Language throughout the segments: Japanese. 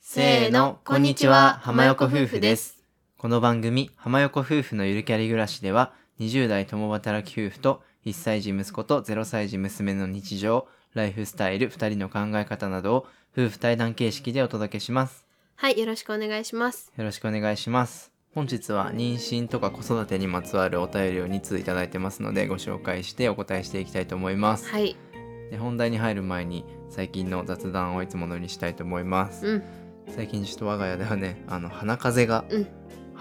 せーの、こんにちは、浜横夫婦です。す。この番組、浜横夫婦のゆるキャリ暮らしでは、20代共働き夫婦と1歳児息子と0歳児娘の日常、ライフスタイル、2人の考え方などを夫婦対談形式でお届けします。はい、よろしくお願いします。よろしくお願いします。本日は妊娠とか子育てにまつわるお便りを2通いただいてますので、ご紹介してお答えしていきたいと思います。はい、で本題に入る前に、最近の雑談をいつものにしたいと思います。うん、最近ちょっと我が家ではねあの鼻風邪がうん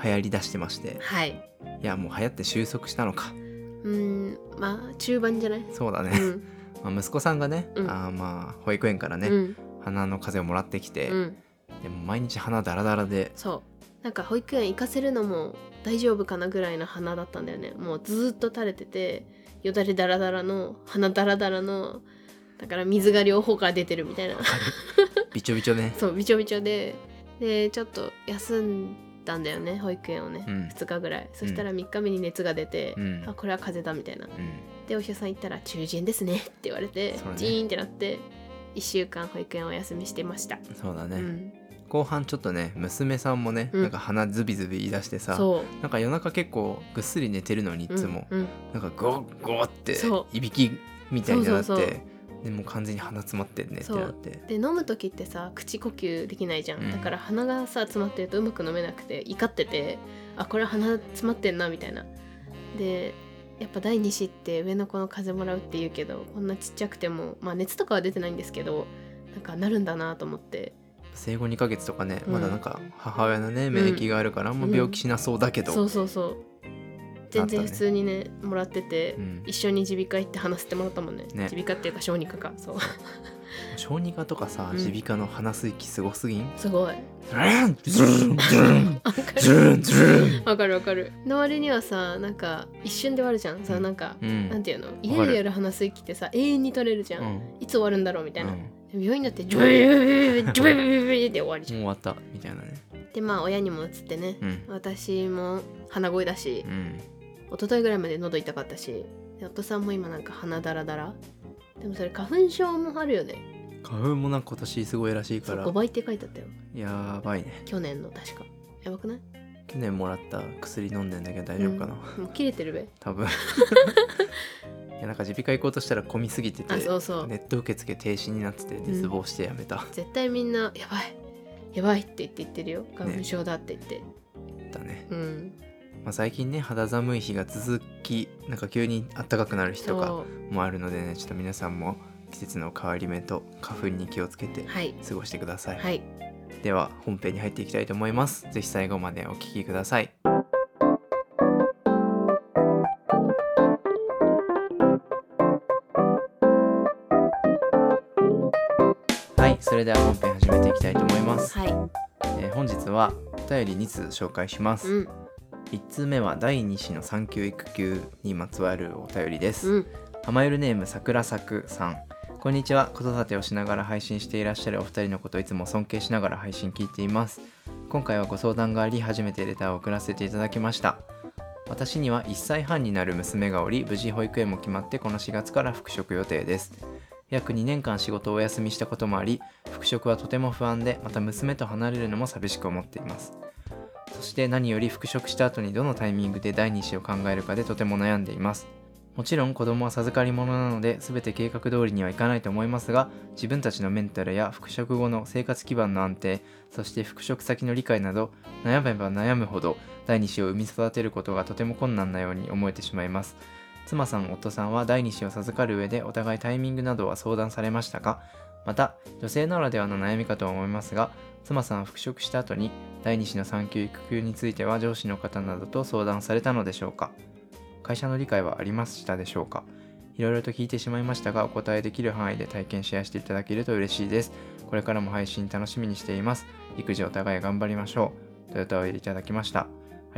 流行りだしてまして、はい。いやもう流行って収束したのかうーん、まあ中盤じゃない？そう だねう、ん、まあ息子さんがね、うんあーまあ保育園からね、うん、鼻の風邪をもらってきて、うん、でも毎日鼻ダラダラでそう。なんか保育園行かせるのも大丈夫かなぐらいの鼻だったんだよね。もうずーっと垂れてて、よだれだらだらの鼻だらだらの。だから水が両方から出てるみたい なびちょびちょねそうびちょびちょででちょっと休んだんだよね保育園をね、うん2日ぐらいそしたら3日目に熱が出て、うんあこれは風邪だみたいなうんでお医者さん行ったら中耳炎ですねって言われて、そうねジーンってなって1週間保育園お休みしてました、そうだうね、ん、後半ちょっとね娘さんもね、うんなんか鼻ズビズビ言い出してさそなんか夜中結構ぐっすり寝てるのにいうつも、うんうんなんかゴーゴーってそいびきみたいになってそうそうそうでもう完全に鼻詰まってんねってそうなってで飲む時ってさ口呼吸できないじゃん、うんだから鼻がさ詰まってるとうまく飲めなくて怒っててあこれ鼻詰まってんなみたいなでやっぱ第2子って上の子の風邪もらうって言うけどこんなちっちゃくてもまあ熱とかは出てないんですけどなんかなるんだなと思って生後2ヶ月とかね、うんまだなんか母親のね免疫があるからあんま病気しなそうだけど、そううそうそう全然普通にねもらってて、ん一緒に耳鼻科行って話してもらったもんねね耳鼻科っていうか小児科かそう小児科とかさうん耳鼻科の鼻吸い気すごすぎん、すごいズルンズルンズルンわかズるルンズルンわかるわかるの割にはさなんか一瞬で終わるじゃんさうんなんか、うなんんていうのわ家かるでやる鼻吸い気ってさ永遠に取れるじゃん、うんいつ終わるんだろうみたういんな、も病院だってジュビビビビビジュビビビビビで終わりうじゃん、終わったみたいなねでまあ親にも移ってねう、ん私も鼻声だしう、ん一昨日ぐらいまで喉痛かったしで夫さんも今なんか鼻だらだらでもそれ花粉症もあるよね花粉もなんか今年すごいらしいそかうら5倍って書いてあったよやばいね去年の確かやばくない去年もらった薬飲んでんだけど大丈夫かな、もう切れてるべ 多分いやなんか耳鼻科行こうとしたら混みすぎててあそうそうネット受付停止になってて絶望してやめた、絶対みんな「やばいやばい」って言って言ってるよ花粉症だって言って、だねうんまあ、最近ね肌寒い日が続きなんか急に暖かくなる日とかそうもあるのでねちょっと皆さんも季節の変わり目と花粉に気をつけてはい過ごしてください、はいでは本編に入っていきたいと思いますぜひ最後までお聞きくださいはいそれでは本編始めていきたいと思います、はえー本日はお便り2通紹介しまいす、うん1通目は第2子の産休育休にまつわるお便りです、うん浜ゆるネームさくらさくさんこんにちは子育てをしながら配信していらっしゃるお二人のことをいつも尊敬しながら配信聞いています今回はご相談があり初めてレターを送らせていただきました私には1歳半になる娘がおり無事保育園も決まってこの4月から復職予定です約2年間仕事をお休みしたこともあり復職はとても不安でまた娘と離れるのも寂しく思っていますそして何より復職した後にどのタイミングで第2子を考えるかでとても悩んでいますもちろん子供は授かり物なので全て計画通りにはいかないと思いますが自分たちのメンタルや復職後の生活基盤の安定そして復職先の理解など悩めば悩むほど第2子を生み育てることがとても困難なように思えてしまいます妻さん夫さんは第2子を授かる上でお互いタイミングなどは相談されましたかまた女性ならではの悩みかとは思いますが妻さんは復職した後に第2子の産休育休については上司の方などと相談されたのでしょうか会社の理解はありましたでしょうかいろいろと聞いてしまいましたがお答えできる範囲で体験シェアしていただけると嬉しいですこれからも配信楽しみにしています育児お互い頑張りましょうというお便りいただきましたあ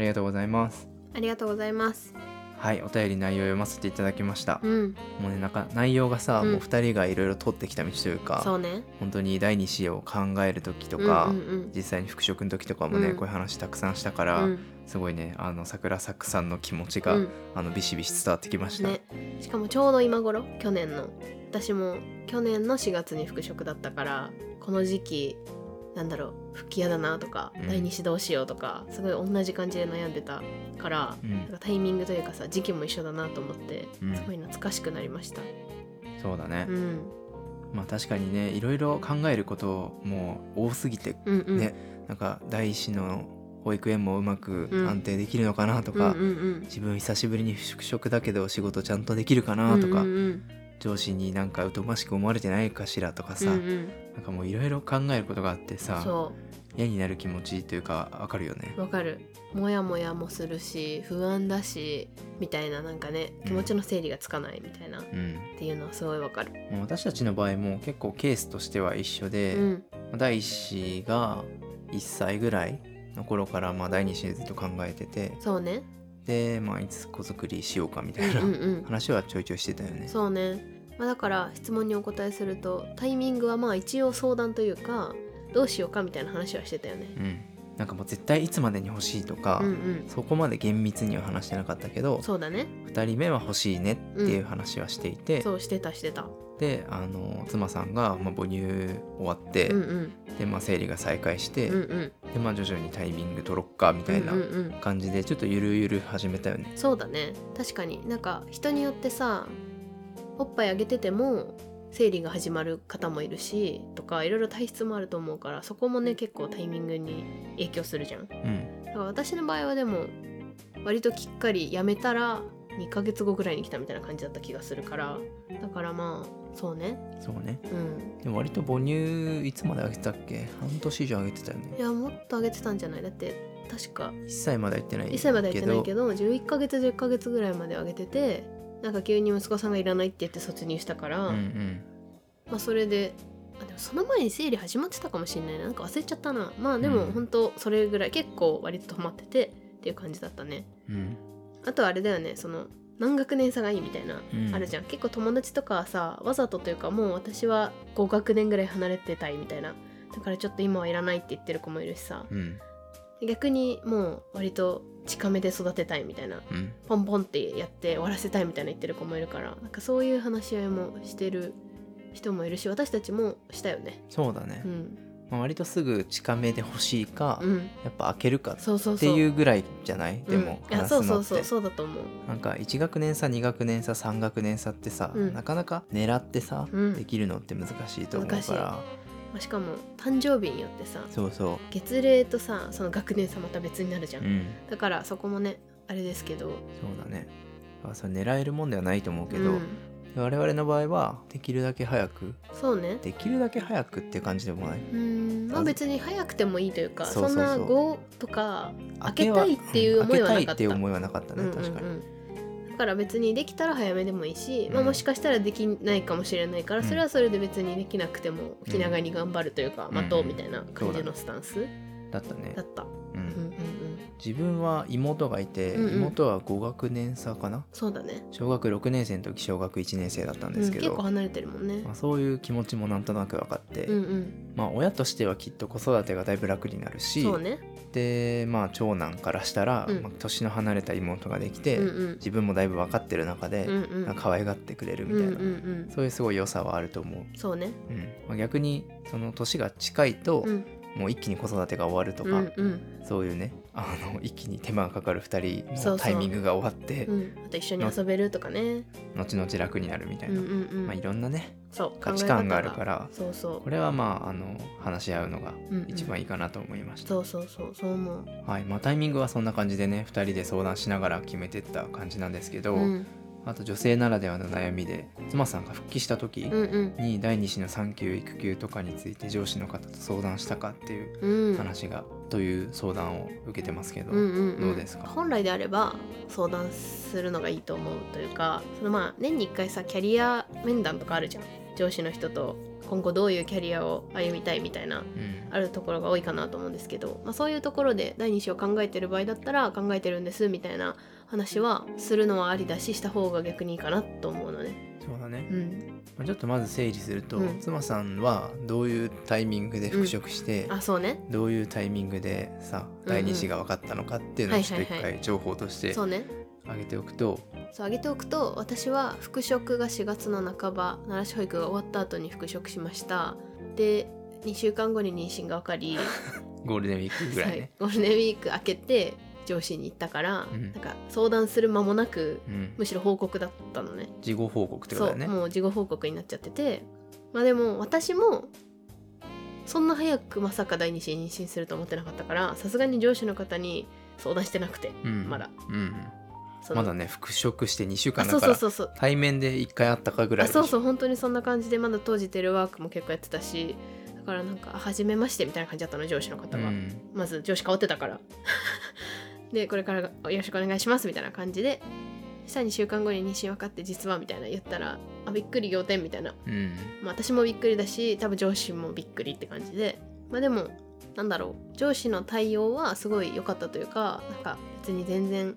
りがとうございますありがとうございますはいお便り内容を読ませていただきましたうんもうねなんか内容がさ、うんもう2人がいろいろ取ってきた道というかそうね本当に第2子を考える時とか、うんうん実際に復職の時とかもね、うんこういう話たくさんしたかうら、んうんすごいねあの桜作さんの気持ちが、うんあのビシビシ伝わってきました、ねしかもちょうど今頃去年の私も去年の4月に復職だったからこの時期なんだろう復帰嫌だなとか、うん第二子どうしようとかすごい同じ感じで悩んでたから、うんなんかタイミングというかさ時期も一緒だなと思って、うんすごい懐かしくなりました。そうだねう、ん、まあ確かにねいろいろ考えることも多すぎてうんうん、ねなんか第一子の保育園もうまくうん安定できるのかなとうんうか、んうん自分久しぶりに復職だけど仕事ちゃんとできるかなとか、うんうん上司になんか疎ましく思われてないかしらとかうんさ、うんうんなんかもういろいろ考えることがあってさそ嫌になる気持ちというかわかるよねう。わかるもやもやもするし不安だしみたいななんかね気持ちの整理がつかないみたいな、っうん、ていうのはすごいわかる。もう私たちの場合も結構ケースとしては一緒で、うん第一子が1歳ぐらいの頃からまあ第二子ずっと考えててそうね。で、まあ、いつ子作りしようかみうたんいなうんうん。話はちょいちょいしてたよね。そうね、まあ、だから質問にお答えするとタイミングはまあ一応相談というかどうしようかみたいな話はしてたよね。うん、なんかもう絶対いつまでに欲しいとか、うんうんそこまで厳密には話してなかったけどそうだね2人目は欲しいねっていう話はしていて、そうしてたしてた。であの妻さんが、まあ、母乳終わって、うんうんで、まあ、生理が再開して、うんうんで、まあ、徐々にタイミング取ろっかみうたんいなうんうん。感じでちょっとゆるゆる始めたよね。そうだね確かになんか人によってさおっぱいあげてても生理が始まる方もいるしとかいろいろ体質もあると思うからそこもね結構タイミングに影響するじゃん。うん、だから私の場合はでも割ときっかりやめたら2ヶ月後ぐらいに来たみたいな感じだった気がするからだからまあそうねそうねうんでも割と母乳いつまであげてたっけ半年以上あげてたよいねやもっと上げてたんじゃないだって確か1歳までは行ってない1歳までは言ってないけどど11ヶ月10ヶ月ぐらいまで上げててなんか急に息子さんがいらないって言って卒乳したから、うんうんまあそれであでもその前に生理始まってたかもしれないななんか忘れちゃったなまあでもうん本当それぐらい結構割と止まっててっていう感じだったねうんあとはあれだよねその何学年差がいいみたいな、うんあるじゃん結構友達とかはさわざとというかもう私は5学年ぐらい離れてたいみたいなだからちょっと今はいらないって言ってる子もいるしさうん逆にもう割と近めで育てたいみたいなうんポンポンってやって終わらせたいみたいな言ってる子もいるからなんかそういう話し合いもしてる人もいるし私たちもしたよねそうだね、うんまあ、割とすぐ近めで欲しいか、うんやっぱ開けるかっそうそうてそういううぐらいじゃない、でもんいや話そうすそのうっそうてそうだと思うなんか1学年差2学年差3学年差ってさ、うんなかなか狙ってさ、うんできるのって難しいと思うからまあしかも誕生日によってさそうそ月齢とさその学年差また別になるじゃ、ううんんだからそこもねあれですけどそうだねまあそれ狙えるもんではないと思うけど、うん我々の場合はできるだけ早くそうねできるだけ早くって感じでもないうんまあ別に早くてもいいというかそうそうそうそんな5とか開けはたいっていう思いはなかった開けたいっていう思いはなかったね、うんうんうん確かにだから別にできたら早めでもいいし、まうあ、んもしかしたらできないかもしれないから、うんそれはそれで別にできなくても気長に頑張るというか、うん待とうみたいな感じのスタンスだったねだった、ううんうんうんん、自分は妹がいて、うんうん妹は5学年差かなそうだね、小学6年生の時小学1年生だったんうでん、すけ結ど、構離れてるもんねまあ、そういう気持ちもなんとなく分かって、うんうんまあ親としてはきっと子育てがだいぶ楽になるし、そうねでまあ長男からしたら、うんまあ年の離れた妹ができて、うんうん自分もだいぶ分かってる中で、うんうんまあ可愛がってくれるみうたいんな、うんうんそういうすごい良さはあると思う、そうねうんまあ、逆にその年が近いと、うんもう一気に子育てが終わるとか、うんうんそういうねあの一気に手間がかかる2人そのうそうタイミングが終わってうん、あと一緒に遊べるとかね後々楽になるみたういんうな、んうん、まあ、いろんなねそう価値観がある考え方からそうそうこれはまああの話し合うのがうんうん一番いいかなと思いました、そうそうそうそう思うはいまあ、タイミングはそんな感じでね2人で相談しながら決めてった感じなんですけど、うん、あと女性ならではの悩みで妻さんが復帰した時うんうんに第2子の産休育休とかについて上司の方と相談したかっていううん話が、という相談を受けてますけど、うんうんんどうですか本来であれば相談するのがいいと思うというかそのまあ年に1回さキャリア面談とかあるじゃん上司の人と今後どういうキャリアを歩みたいみたいなうんあるところが多いかなと思うんですけど、まあ、そういうところで第二子を考えてる場合だったら考えてるんですみたいな話はするのはありだしした方が逆にいいかなと思うのね。そうだね、うん、まあちょっとまず整理すると、うん妻さんはどういうタイミングで復職して、あそうねどういうタイミングでさうんうん第二子が分かったのかっていうのをはいちょっはとい一はい回情報としてそうね挙げておくと、そう挙げておくと私は復職が4月の半ば奈良市保育が終わった後に復職しましたで2週間後に妊娠が分かりゴールデンウィ ークぐらいはいね、ゴールデンウィーク明けて上司に行ったから、うんなんか相談する間もなくうんむしろ報告だったのね事後報告ってことそだうよねもう事後報告になっちゃっててまあでも私もそんな早くまさか第二子に妊娠すると思ってなかったからさすがに上司の方に相談してなくてうんまだうんそのまだね復職して2週あ間そだうそうからそうそう対面で1回あったかぐらいあでしょそうそう本当にそんな感じでまだ当時テレワークも結構やってたしだからなんかあ初めましてみたいな感じだったの上司の方うが、んまず上司変わってたから でこれからよろしくお願いしますみたいな感じで下2週間後に妊娠分かって実はみたいな言ったらあびっくり仰天みたいな、うんまあ、私もびっくりだし多分上司もびっくりって感じでまあでもなんだろう上司の対応はすごい良かったというかなんか別に全然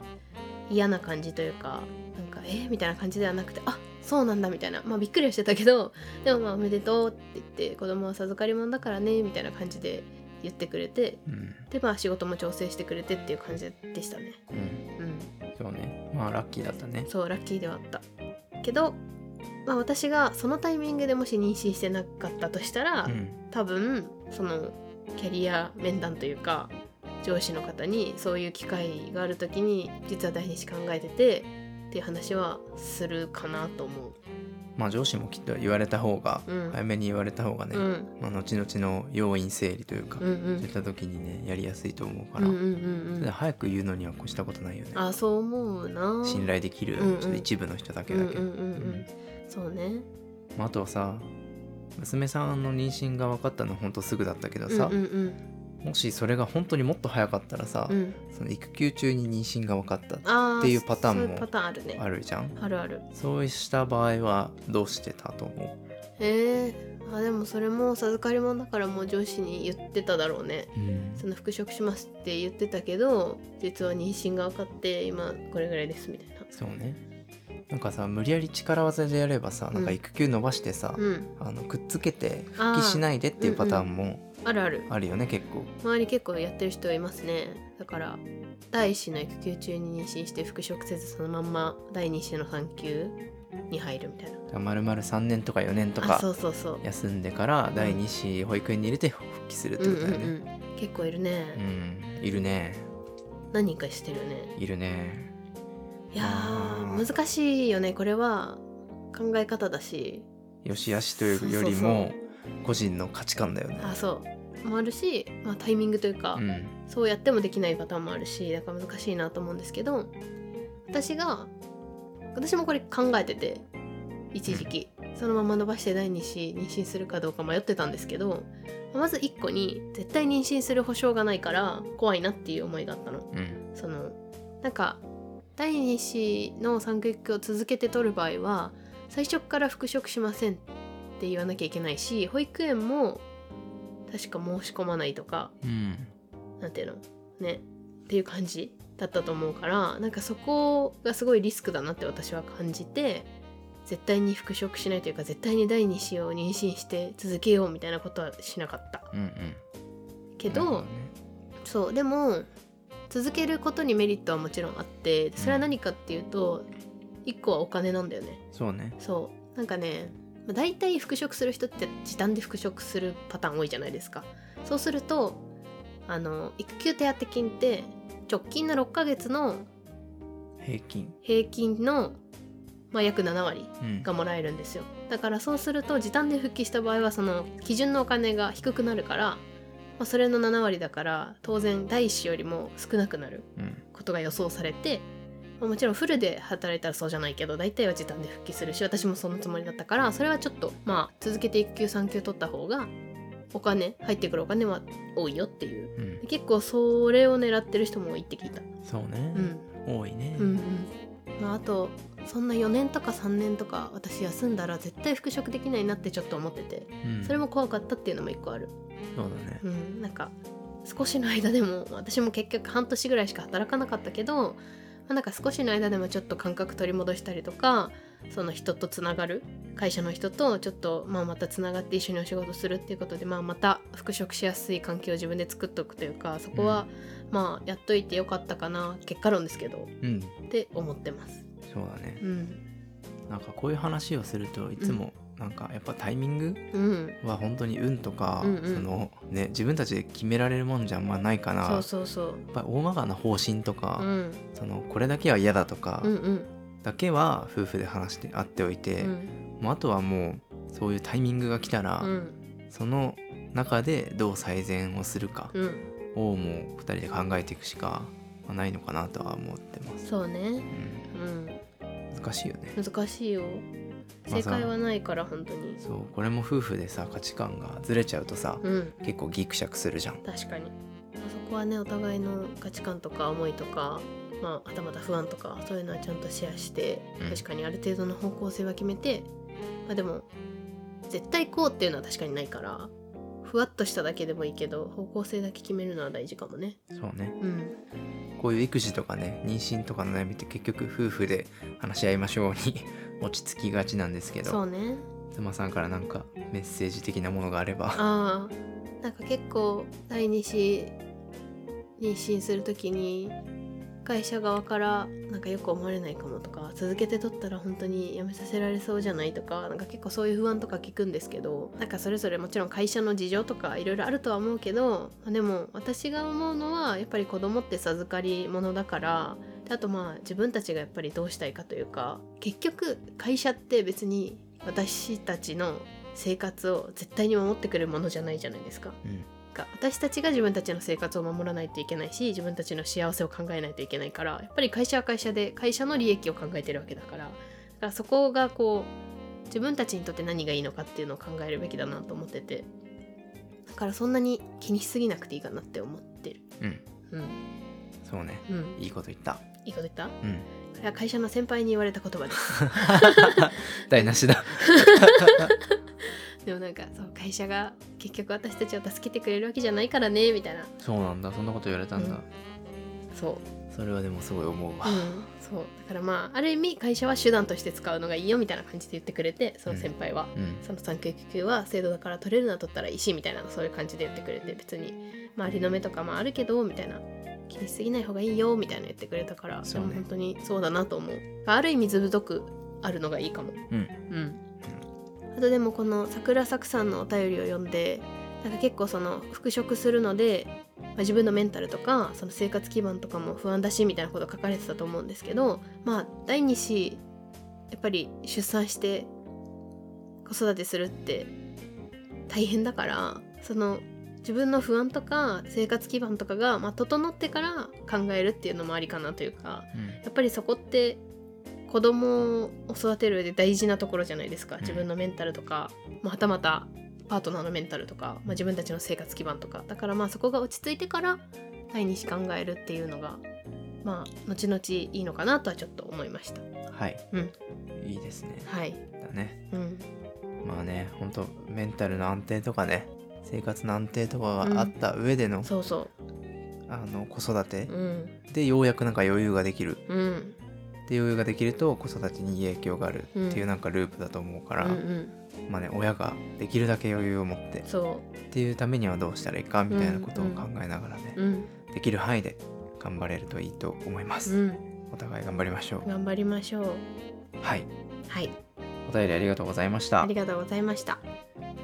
嫌な感じというかなんかえみたいな感じではなくてあそうなんだみたいなまあびっくりはしてたけどでもまあおめでとうって言って子供は授かりもんだからねみたいな感じで言ってくれてうんでまあ仕事も調整してくれてっていう感じでしたねうんうんそうねまあラッキーだったねそうラッキーではあったけどまあ私がそのタイミングでもし妊娠してなかったとしたら、うん多分そのキャリア面談というか上司の方にそういう機会がある時に実は第二子考えててっていう話はするかなと思うまあ上司もきっと言われた方がうん、早めに言われた方がね、うんまあ、後々の要因整理というか、うんうそういんった時にねやりやすいと思うかうんうら、んうんうん早く言うのには越したことないよねあそう思うな信頼できる、うんうんちょっと一部の人だけうんうだんけうど、んうんそうねまあ、あとはさ娘さんの妊娠が分かったのほんとすぐだったけどさ、うんうんもしそれが本当にもっと早かったらさ、うんうんその育休中に妊娠が分かったあっていうパターンもそういうパターンあるねあるじゃんあるあるそうした場合はどうしてたと思へえあでもそれも授かりもんだからもう上司に言ってただろうねう、うんその復職しますって言ってたけど実は妊娠が分かって今これぐらいですみたいなそうねなんかさ無理やり力技でやればさなんか育休伸ばしてさ、うんあのくっつけてあ復帰しいないでっていうパターンもあるあるあるよね結構周り結構やってる人いますねだから第一子の育休中に妊娠して復職せずそのまんま第二子の産休に入るみたいなまるまる3年とか4年とあそかうそうそう休んでから第2子保育園に入れて復帰するってことだようんうねんうん、結構いるね、うんいるね何人かしてるよねいるねいやあーー難しいよねこれは考え方だしよしあしというよりも個人の価値観だよねあそうもあるし、まあ、タイミングというか、うんそうやってもできないパターンもあるしだから難しいなと思うんですけど私が私もこれ考えてて一時期、そのまま伸ばして第2子妊娠するかどうか迷ってたんですけどまず1個に絶対妊娠する保証がないから怖いなっていう思いがあったの。うんそのなんか第2子の産休を続けて取る場合は最初から復職しませんって言わなきゃいけないし保育園も確か申し込まないとかうんなんていうのねっていう感じだったと思うからなんかそこがすごいリスクだなって私は感じて絶対に復職しないというか絶対に第2子を妊娠して続けようみたいなことはしなかったうんうんけなるほどねそうでも続けることにメリットはもちろんあってそれは何かっていうと1個はお金なんだよねそうねそうなんかねまあ大体復職する人って時短で復職するパターン多いじゃないですかそうするとあの育休手当金って直近の6ヶ月の平均平均の、まあ、約7割うんがもらえるんですよだからそうすると時短で復帰した場合はその基準のお金が低くなるから、まあ、それの7割だから当然第一子よりも少なくなるうんことが予想されて、まあもちろんフルで働いたらそうじゃないけど大体は時短で復帰するし私もそのつもりだったからそれはちょっとまあ続けて1級3級取った方がお金入ってくるお金は多いよっていううん結構それを狙ってる人も多いって聞いたそううねん多いねうんうんまあ、あとそんな4年とか3年とか私休んだら絶対復職できないなってちょっと思っててうんそれも怖かったっていうのも一個あるそうだねうん、なんか少しの間でも私も結局半年ぐらいしか働かなかったけど、まあなんか少しの間でもちょっと感覚取り戻したりとかその人とつながる会社の人とちょっと、まあ、またつながって一緒にお仕事するっていうことで、まあ、また復職しやすい環境を自分で作っとくというかそこは、まあやっといてよかったかな結果論ですけどうんって思ってます。そうだねうん、なんかこういう話をするといつもなんかやっぱタイミングうんは本当に運とか、うんうんそのね、自分たちで決められるもんじゃあんまないかそうらそうそうやっぱり大まかな方針とか、うんそのこれだけは嫌だとかうんうんだけは夫婦で話して会っておいて、うんもうあとはもうそういうタイミングが来たら、うんその中でどう最善をするかうんをもう2人で考えていくしかまあないのかなとは思ってます。そうねうんうん難しいよね難しいよまあ正さ解はないから本当にそうこれも夫婦でさ価値観がずれちゃうとさ、うん結構ギクシャクするじゃん。確かにそこはねお互いの価値観とか思いとかまあはたまた不安とかそういうのはちゃんとシェアして、うん確かにある程度の方向性は決めてまあでも絶対こうっていうのは確かにないからふわっとしただけでもいいけど方向性だけ決めるのは大事かもねそうねうんこういう育児とかね妊娠とかの悩みって結局夫婦で話し合いましょうに 落ち着きがちなんですけそどうね妻さんからなんかメッセージ的なものがあればああなんか結構第二子妊娠する時に会社側からなんかよく思われないかもとか続けて取ったら本当に辞めさせられそうじゃないとかなんか結構そういう不安とか聞くんですけどなんかそれぞれもちろん会社の事情とかいろいろあるとは思うけどまあでも私が思うのはやっぱり子供って授かり物だからであとまあ自分たちがやっぱりどうしたいかというか結局会社って別に私たちの生活を絶対に守ってくれるものじゃないじゃないですか。うんが私たちが自分たちの生活を守らないといけないし自分たちの幸せを考えないといけないからやっぱり会社は会社で会社の利益を考えてるわけだからだからそこがこう自分たちにとって何がいいのかっていうのを考えるべきだなと思っててだからそんなに気にしすぎなくていいかなって思ってるううんんそうねうんいいこと言ったいいこと言ったこ うんれは会社の先輩に言われた言葉です 台無しだでもなんかそう会社が結局私たちを助けてくれるわけじゃないからねみたいなそうなんだそんなこと言われたんだ、そうそれはでもすごい思うわ、うん、そうだからまあある意味会社は手段として使うのがいいよみたいな感じで言ってくれてその先輩は、うんその産休育休は制度だから取れるのは取ったらいいしみたいなそういう感じで言ってくれて別に周りの目とかもあるけどみたいな気にしすぎない方がいいよみたいな言ってくれたからそうねでも本当にそうだなと思うある意味ずぶとくあるのがいいかもうんうんあとでもこの桜作さんのお便りを読んでなんか結構その復職するので、まあ自分のメンタルとかその生活基盤とかも不安だしみたいなこと書かれてたと思うんですけどまあ第二子やっぱり出産して子育てするって大変だからその自分の不安とか生活基盤とかが、まあ、整ってから考えるっていうのもありかなというかうんやっぱりそこって子供を育てる上で大事なところじゃないですかん自分のメンタルとか、まあ、はたまたパートナーのメンタルとか、まあ、自分たちの生活基盤とかだからまあそこが落ち着いてから第二子考えるっていうのがまあ後々いいのかなとはちょっと思いましたはい、うんいいですねはいだねうんまあね本当メンタルの安定とかね生活の安定とかがあった上での,、そうそあの子育てううんでようやくなんか余裕ができるうんで余裕ができると子育てにいい影響があるっていううんなんかループだと思うかうら、んうんまあね親ができるだけ余裕を持ってそっていうためにはどうしたらいいかみたいなことを考えながらねう、うんできる範囲で頑張れるといいと思います、うん、お互い頑張りましょう頑張りましょう。はいはい、お便りありがとうございましあたりがとうございました。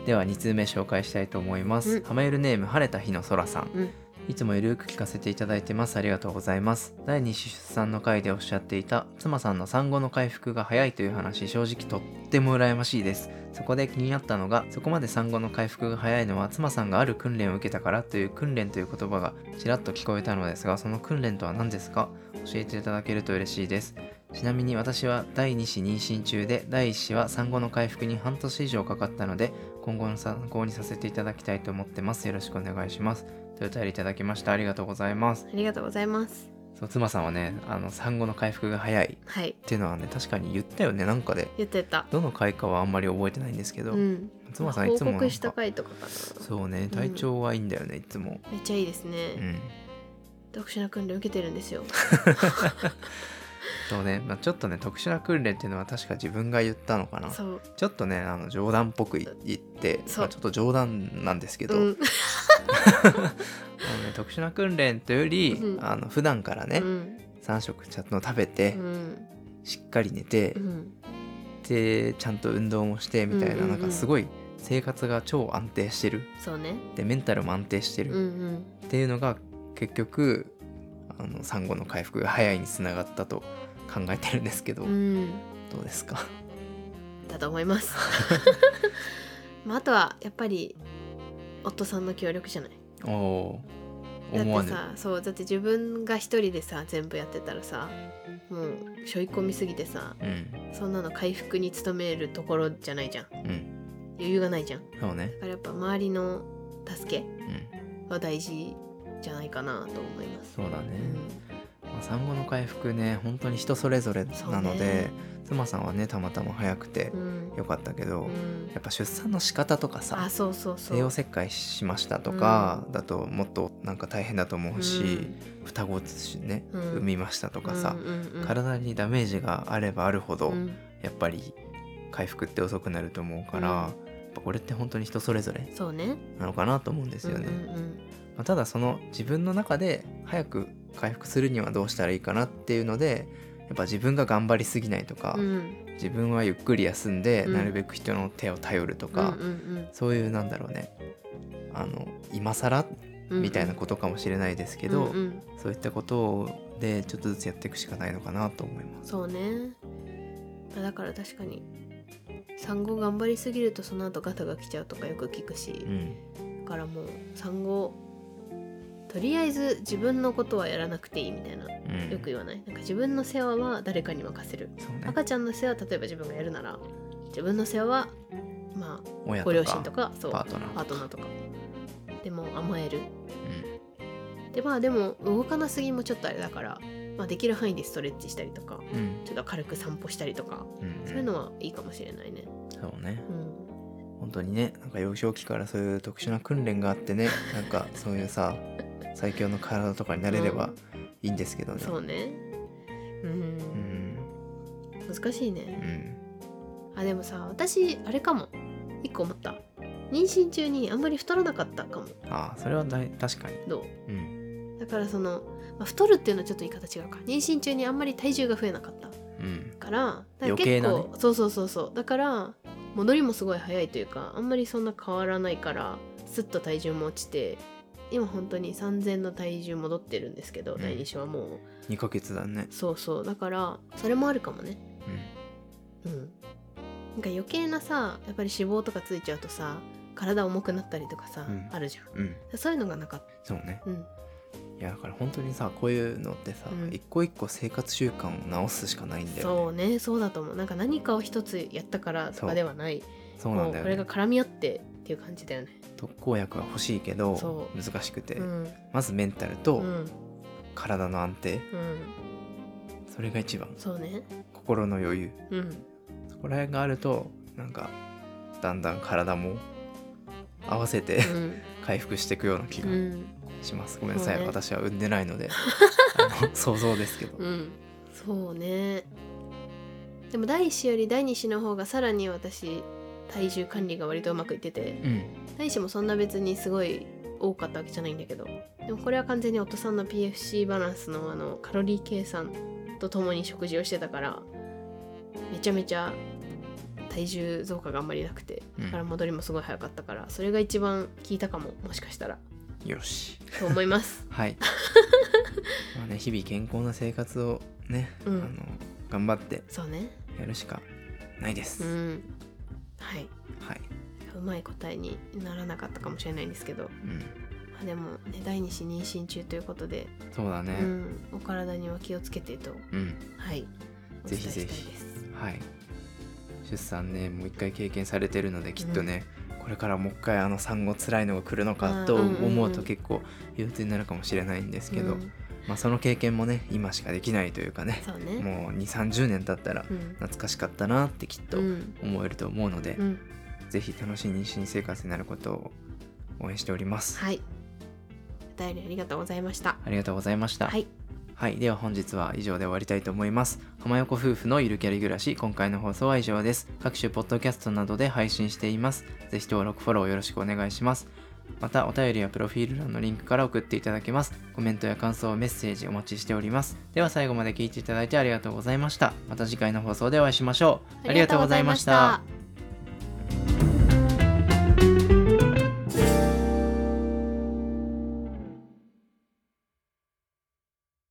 では2通目紹介したいと思います、うんハマユルネーム晴れた日の空さん、うんいつもゆるく聞かせていただいてますありがとうございます第2子出産の回でおっしゃっていた妻さんの産後の回復が早いという話正直とっても羨ましいですそこで気になったのがそこまで産後の回復が早いのは妻さんがある訓練を受けたからという訓練という言葉がちらっと聞こえたのですがその訓練とは何ですか教えていただけると嬉しいですちなみに私は第2子妊娠中で第1子は産後の回復に半年以上かかったので今後の参考にさせていただきたいと思ってますよろしくお願いしますというお便りいただきましたありがとうございますありがとうございます。そう妻さんはねあの産後の回復が早いっはい、ていうのはね確かに言ったよねなんかで言ってた。どの回かはあんまり覚えてないんですけど、うん。妻さんいつ報もなん告したか回とかかな。そうね体調はいいんだよね、いつもめっちゃいいですうね。ん特殊な訓練受けてるんですよ。そうね、まあ、ちょっとね特殊な訓練っていうのは確か自分が言ったのかなそう。ちょっとねあの冗談っぽくい言って、そうまあ、ちょっと冗談なんですけど、うん。あのね特殊な訓練というより、うんあの普段からね、うん。 3食ちゃんと食べて、うん。しっかり寝て、うん。てちゃんと運動もしてみたいな、うんうんなうんんかすごい生活が超安定してるそうねでメンタルも安定してうんうるんっていうのが結局あの産後の回復が早いにつながったと考えてるんですけど、うんどうですか だと思いますまああとはやっぱり夫さんの協力じゃないおおーだ思わってぬさそうだって自分が一人でさ全部やってたらさもう背負い込みすぎてさうんそんなの回復に努めるところじゃないじゃんうん余裕がないじゃんだそうねからやっぱ周りの助けうんは大事じゃないかなと思いますそうだねう、まあ、産後の回復ね本当に人それぞれなのそうでね妻さんはねたまたま早くてんうんよかったけど、うんやっぱ出産の仕方とかあさそうそうそう帝王切開しましたとかだともっとなんか大変だと思うし、双子ね、うん産みましたとかさうん、うんうん体にダメージがあればあるほど、うんやっぱり回復って遅くなると思うから、うんやっぱこれって本当に人それぞれそうねなのかなと思うんですよね。うんうんまあ、ただその自分の中で早く回復するにはどうしたらいいかなっていうのでやっぱ自分が頑張りすぎないとか、うんうん自分はゆっくり休んで、うんなるべく人の手を頼るとか、うんうんそういうなんだろうねあの今更うんみたいなことかもしれないですけど、うんうんそういったことでちょっとずつやっていくしかないのかなと思います。そうねあだから確かに産後頑張りすぎるとその後ガタが来ちゃうとかよく聞くしう、ん、だからもう産後とりあえず自分のことはやらなくていいみたいなようん、く言わないなんか自分の世話は誰かに任せるそうね赤ちゃんの世話例えば自分がやるなら自分の世話はま親あとかご両親とかそうパートナーとかパートナーとかでも甘えるうんでまあでも動かなすぎもちょっとあれだから、まあ、できる範囲でストレッチしたりとかうんちょっと軽く散歩したりとかうんそういうのはいいかもしれないね。そうねうん、本当にねなんか幼少期からそういう特殊な訓練があっ てねなんかそういうさ最強の体とかになれればいいんですけどね、そうね。う、うんん難しいうね。んあでもさ、私あれかも。一個思った。妊娠中にあんまり太らなかったかも。ああそれはだい確かにどうんう？だからその、まあ、太るっていうのはちょっと言い方違うか。妊娠中にあんまり体重が増えなかったうんから、だから余計なねそうそうそうそう。だから戻りもすごい早いというか、あんまりそんな変わらないから、すっと体重も落ちて。今本当に3000の体重戻ってるんですけど、うん第二子はもう2ヶ月だねそうそうだからそれもあるかもねうんなんか余計なさやっぱり脂肪とかついちゃうとさ体重くなったりとかさ、うんあるじゃうんうんんそういうのがなかっそうねたうんいやだから本当にさこういうのってさ、うん一個一個生活習慣を直すしかないんだそようねねそうだと思うなんか何かを一つやったからとかではないそうなもんうだよこれねが絡み合ってっていう感じだよね特効薬は欲しいけどそ難しくて、うんまずメンタルうとん体の安定、うんそれが一番そうね心の余裕うんそこら辺があるとなんかだんだん体も合わせてうん回復していくような気うがんします、ごめんなさい、そうね私は産んでない のであの想像ですけど、うんそうねでも第一子より第二子の方がさらに私体重管理が割とうまくいってて、うん大使もそんな別にすごい多かったわけじゃないんだけどでもこれは完全に夫さんの PFC バランスのあのカロリー計算とともに食事をしてたからめちゃめちゃ体重増加があんまりなくてうんだから戻りもすごい早かったからそれが一番効いたかももしかしたらよしと思います はい まあね日々健康な生活をね、うんあの頑張ってそうねやるしかないです、うんはいうはいうまい答えにならなかったかもしれないんですけど、うんまあ、でも、ね、第二子妊娠中ということで、そうだねう、ん、お体には気をつけてとうんはいおぜ伝えひしたぜいひですはい出産ねもう一回経験されてるのできっとね、これからもう一回あの産後辛いのが来るのかとあーうんうんうん思うと結構憂鬱になるかもしれないんですけど、うんまあ、その経験もね今しかできないというかねそうねもう2 3 0年経ったらうん懐かしかったなってきっとうん思えると思うので、うん、ぜひ楽しい妊娠生活になることを応援しております。はいお便りありがとうございましたありがとうございました。はいはい、では本日は以上で終わりたいと思います。浜横夫婦のゆるキャリ暮らし、今回の放送は以上です。各種ポッドキャストなどで配信しています。ぜひ登録、フォローよろしくお願いします。またお便りはプロフィール欄のリンクから送っていただけますコメントや感想メッセージお待ちしておりますでは最後まで聞いていただいてありがとうございましたまた次回の放送でお会いしましょうありがとうございました